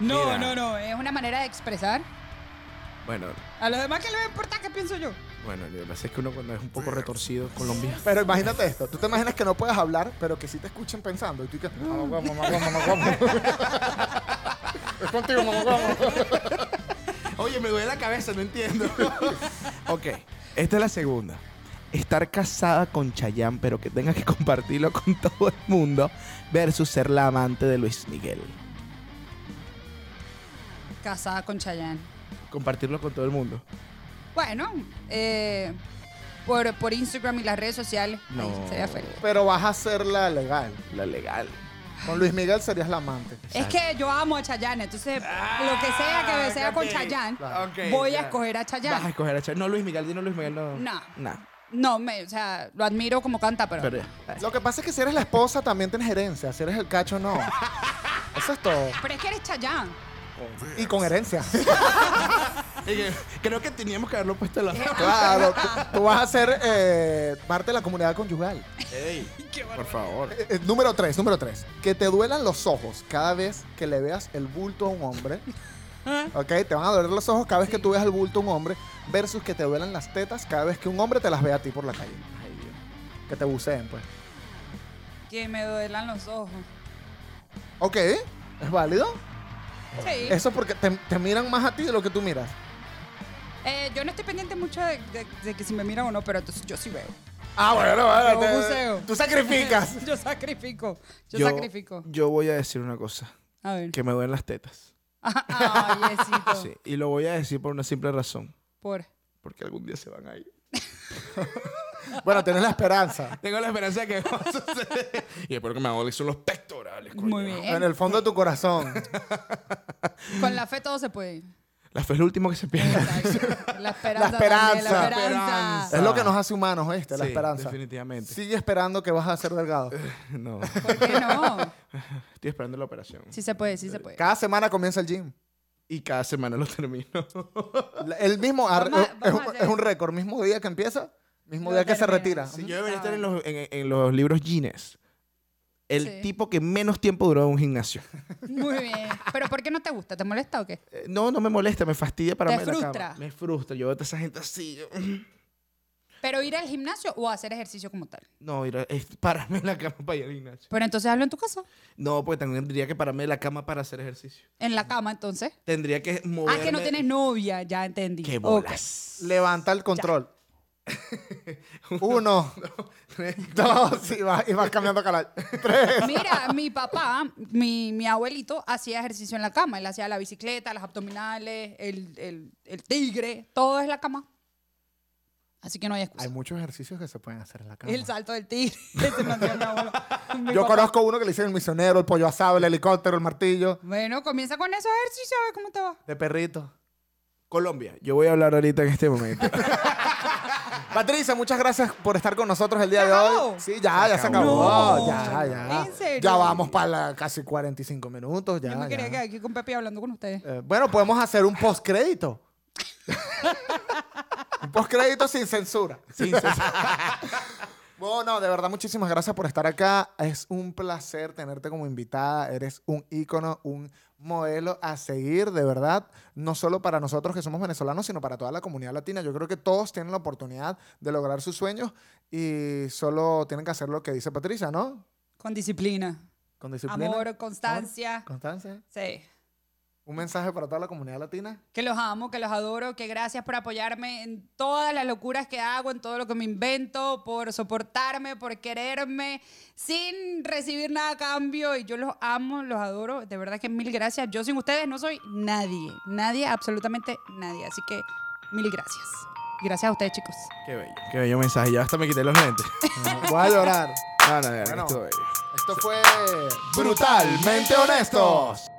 no, Mira. no, no. Es una manera de expresar. Bueno, A los demás que les va a importar qué pienso yo. bueno, lo que pasa es que uno cuando es un poco retorcido, Colombia. Pero imagínate esto, tú te imaginas que no puedes hablar, pero que sí te escuchen pensando. Y tú "Ah, que, mamá, guau, mamá, guau, mamá, guau. Es contigo, mamá, guau, mamá. Oye, me duele la cabeza, no entiendo. ok, esta es la segunda. Estar casada con Chayanne, pero que tengas que compartirlo con todo el mundo, versus ser la amante de Luis Miguel. Casada con Chayanne. Compartirlo con todo el mundo. Bueno, eh, por, por Instagram y las redes sociales. No. Ahí sería feliz. Pero vas a hacerla legal. La legal. Con Luis Miguel serías la amante. Es que yo amo a Chayanne, entonces lo que sea que me sea con Chayanne, Ah, Claro. Ok, voy ya. a escoger a Vas a Chayanne. escoger a Chayanne. No, Luis Miguel, dino Luis Miguel, no. No. No. No, me, o sea, lo admiro como canta, pero, Pero ya. Lo que pasa es que si eres la esposa también tienes herencia, si eres el cacho no. Eso es todo. pero es que eres Chayanne. Y con herencia. Eh, Creo que teníamos que haberlo puesto en la. Claro, tú, tú vas a ser eh, parte de la comunidad conyugal. Ey, por favor. Eh, eh, número 3, número 3. Que te duelan los ojos cada vez que le veas el bulto a un hombre. Ok, te van a doler los ojos cada vez que tú veas el bulto a un hombre versus que te duelan las tetas cada vez que un hombre te las ve a ti por la calle. Que te buceen, pues. Que me duelan los ojos. Ok, ¿es válido? Sí. Eso porque te, te miran más a ti de lo que tú miras. Eh, yo no estoy pendiente mucho de, de- de que si me miran o no, pero entonces yo sí veo. Ah, bueno, bueno. Yo te- buceo. tú sacrificas. yo sacrifico. Yo, sacrifico. Yo voy a decir una cosa: A ver. que me duelen las tetas. Ay, Yesito. Sí. Y lo voy a decir por una simple razón: Por. porque algún día se van a ir. bueno, tienes la esperanza. Tengo la esperanza de que va a suceder. Y después lo que me duele son los pectorales. coño. Muy bien. En el fondo de tu corazón. Con la fe todo se puede. La fe es lo último que se pierde. Exacto. La La esperanza. también, esperanza. la esperanza. Es lo que nos hace humanos, ¿viste? La Sí, esperanza. definitivamente. Sigue esperando que vas a ser delgado. No. ¿Por qué no? Estoy esperando la operación. Sí se puede, sí se puede. Cada semana comienza el gym. Y cada semana lo termino. La- El mismo ar- Vamos a- es, vamos a un- hacer- es un récord, mismo día que empieza, Mismo Lo día que se termina, retira. Si Ujú. yo debería estar en los, en- en los libros Guinness. El Sí. tipo que menos tiempo duró en un gimnasio. Muy bien. ¿Pero por qué no te gusta? ¿Te molesta o qué? Eh, No, no me molesta, me fastidia para Te mí la cama. frustra. Me frustra. Yo veo a toda esa gente así. yo, mm. ¿Pero ir al gimnasio o hacer ejercicio como tal? No, mira, es pararme en la cama para ir al gimnasio. Pero entonces hazlo en tu casa. No, pues también tendría que pararme en la cama para hacer ejercicio. En la cama, entonces. Tendría que moverme. Ah, que no tienes novia, ya entendí. ¡Qué Ok. bolas! Levanta el control. Uno. Dos. Y vas, y vas cambiando canal. Tres. Mira, mi papá, mi, mi abuelito, hacía ejercicio en la cama. Él hacía la bicicleta, las abdominales, el, el- el tigre, todo es la cama. Así que no hay Hay excusa. muchos ejercicios que se pueden hacer en la cama. El salto del tigre. ese me hacía mi abuelo. Mi Yo papá. conozco uno que le hicieron el misionero, el pollo asado, el helicóptero, el martillo. Bueno, comienza con esos ejercicios a ver cómo te va. De perrito. Colombia. Yo voy a hablar ahorita en este momento. Patricia, muchas gracias por estar con nosotros el día ¿Se de hoy. acabó? Sí, ya, ya se acabó. No. Ya, ya. ¿En serio? Ya vamos para casi 45 minutos. Ya, Yo me ya. quería quedar aquí con Pepe hablando con ustedes. Eh, bueno, podemos hacer un postcrédito. un postcrédito sin censura. Sin censura. Bueno, de verdad, muchísimas gracias por estar acá. Es un placer tenerte como invitada. Eres un ícono, un modelo a seguir, de verdad. No solo para nosotros que somos venezolanos, sino para toda la comunidad latina. Yo creo que todos tienen la oportunidad de lograr sus sueños y solo tienen que hacer lo que dice Patricia, ¿no? Con disciplina, Con disciplina. amor, constancia. Constancia. Sí. Un mensaje para toda la comunidad latina. Que los amo, que los adoro, que gracias por apoyarme en todas las locuras que hago, en todo lo que me invento, por soportarme, por quererme, sin recibir nada a cambio. Y yo los amo, los adoro. De verdad que mil gracias. Yo sin ustedes no soy nadie. Nadie, absolutamente nadie. Así que mil gracias. Y Gracias a ustedes, chicos. Qué bello. Qué bello mensaje. Ya hasta me quité los lentes. Voy a llorar. No, no, no. Bueno. estuvo bello. Esto fue Brutalmente Honestos.